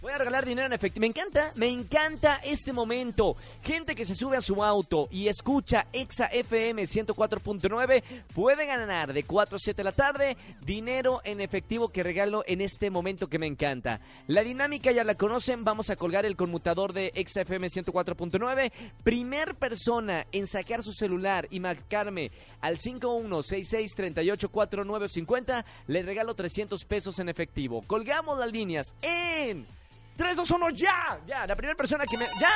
Voy a regalar dinero en efectivo. Me encanta, me encanta este momento. Gente que se sube a su auto y escucha Exa FM 104.9 puede ganar de 4 a 7 de la tarde dinero en efectivo que regalo en este momento que me encanta. La dinámica ya la conocen. Vamos a colgar el conmutador de Exa FM 104.9. Primer persona en sacar su celular y marcarme al 5166384950 le regalo 300 pesos en efectivo. Colgamos las líneas en 3, 2, 1, ya. Ya, la primera persona que me... Ya.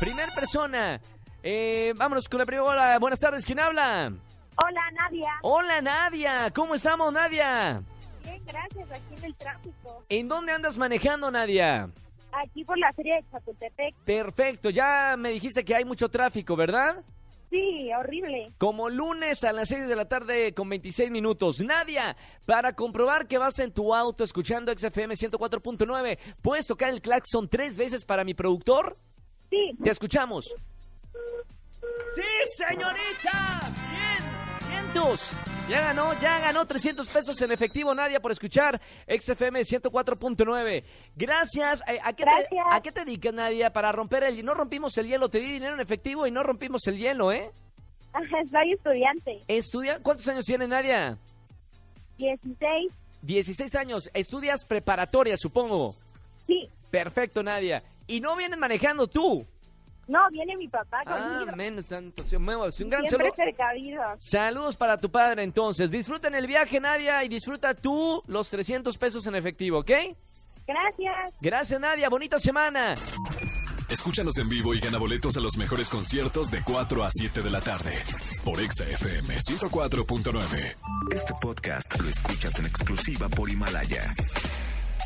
Primer persona. Eh, vámonos con la primera. Hola, buenas tardes. ¿Quién habla? Hola, Nadia. Hola Nadia. ¿Cómo estamos Nadia? Bien, gracias. Aquí en el tráfico. ¿En dónde andas manejando Nadia? Aquí por la feria de Chapultepec. Perfecto. Ya me dijiste que hay mucho tráfico, ¿verdad? Sí, horrible. Como lunes a las 6 de la tarde con 26 minutos. Nadia, para comprobar que vas en tu auto escuchando XFM 104.9, ¿puedes tocar el claxon tres veces para mi productor? Sí, Te escuchamos. ¡Sí, señorita! ¡Bien! ¡500! Ya ganó, ya ganó 300 pesos en efectivo, Nadia, por escuchar XFM 104.9. Gracias. Eh, ¿A qué, Te, Gracias. ¿A qué te dedicas, Nadia? Para romper el... No rompimos el hielo, te di dinero en efectivo y no rompimos el hielo, ¿eh? soy estudiante. Estudia... ¿Cuántos años tienes, Nadia? 16. 16 años. Estudias preparatoria, supongo. Sí. Perfecto, Nadia. Y no vienes manejando tú. No, viene mi papá Ah, conmigo. menos santo. Dios mío. Un gran Siempre saludo. precavido. Saludos para tu padre entonces. Disfruten el viaje, Nadia, y disfruta tú los 300 pesos en efectivo, ¿ok? Gracias. Gracias, Nadia. Bonita semana. Escúchanos en vivo y gana boletos a los mejores conciertos de 4 a 7 de la tarde por Exa FM 104.9. Este podcast lo escuchas en exclusiva por Himalaya.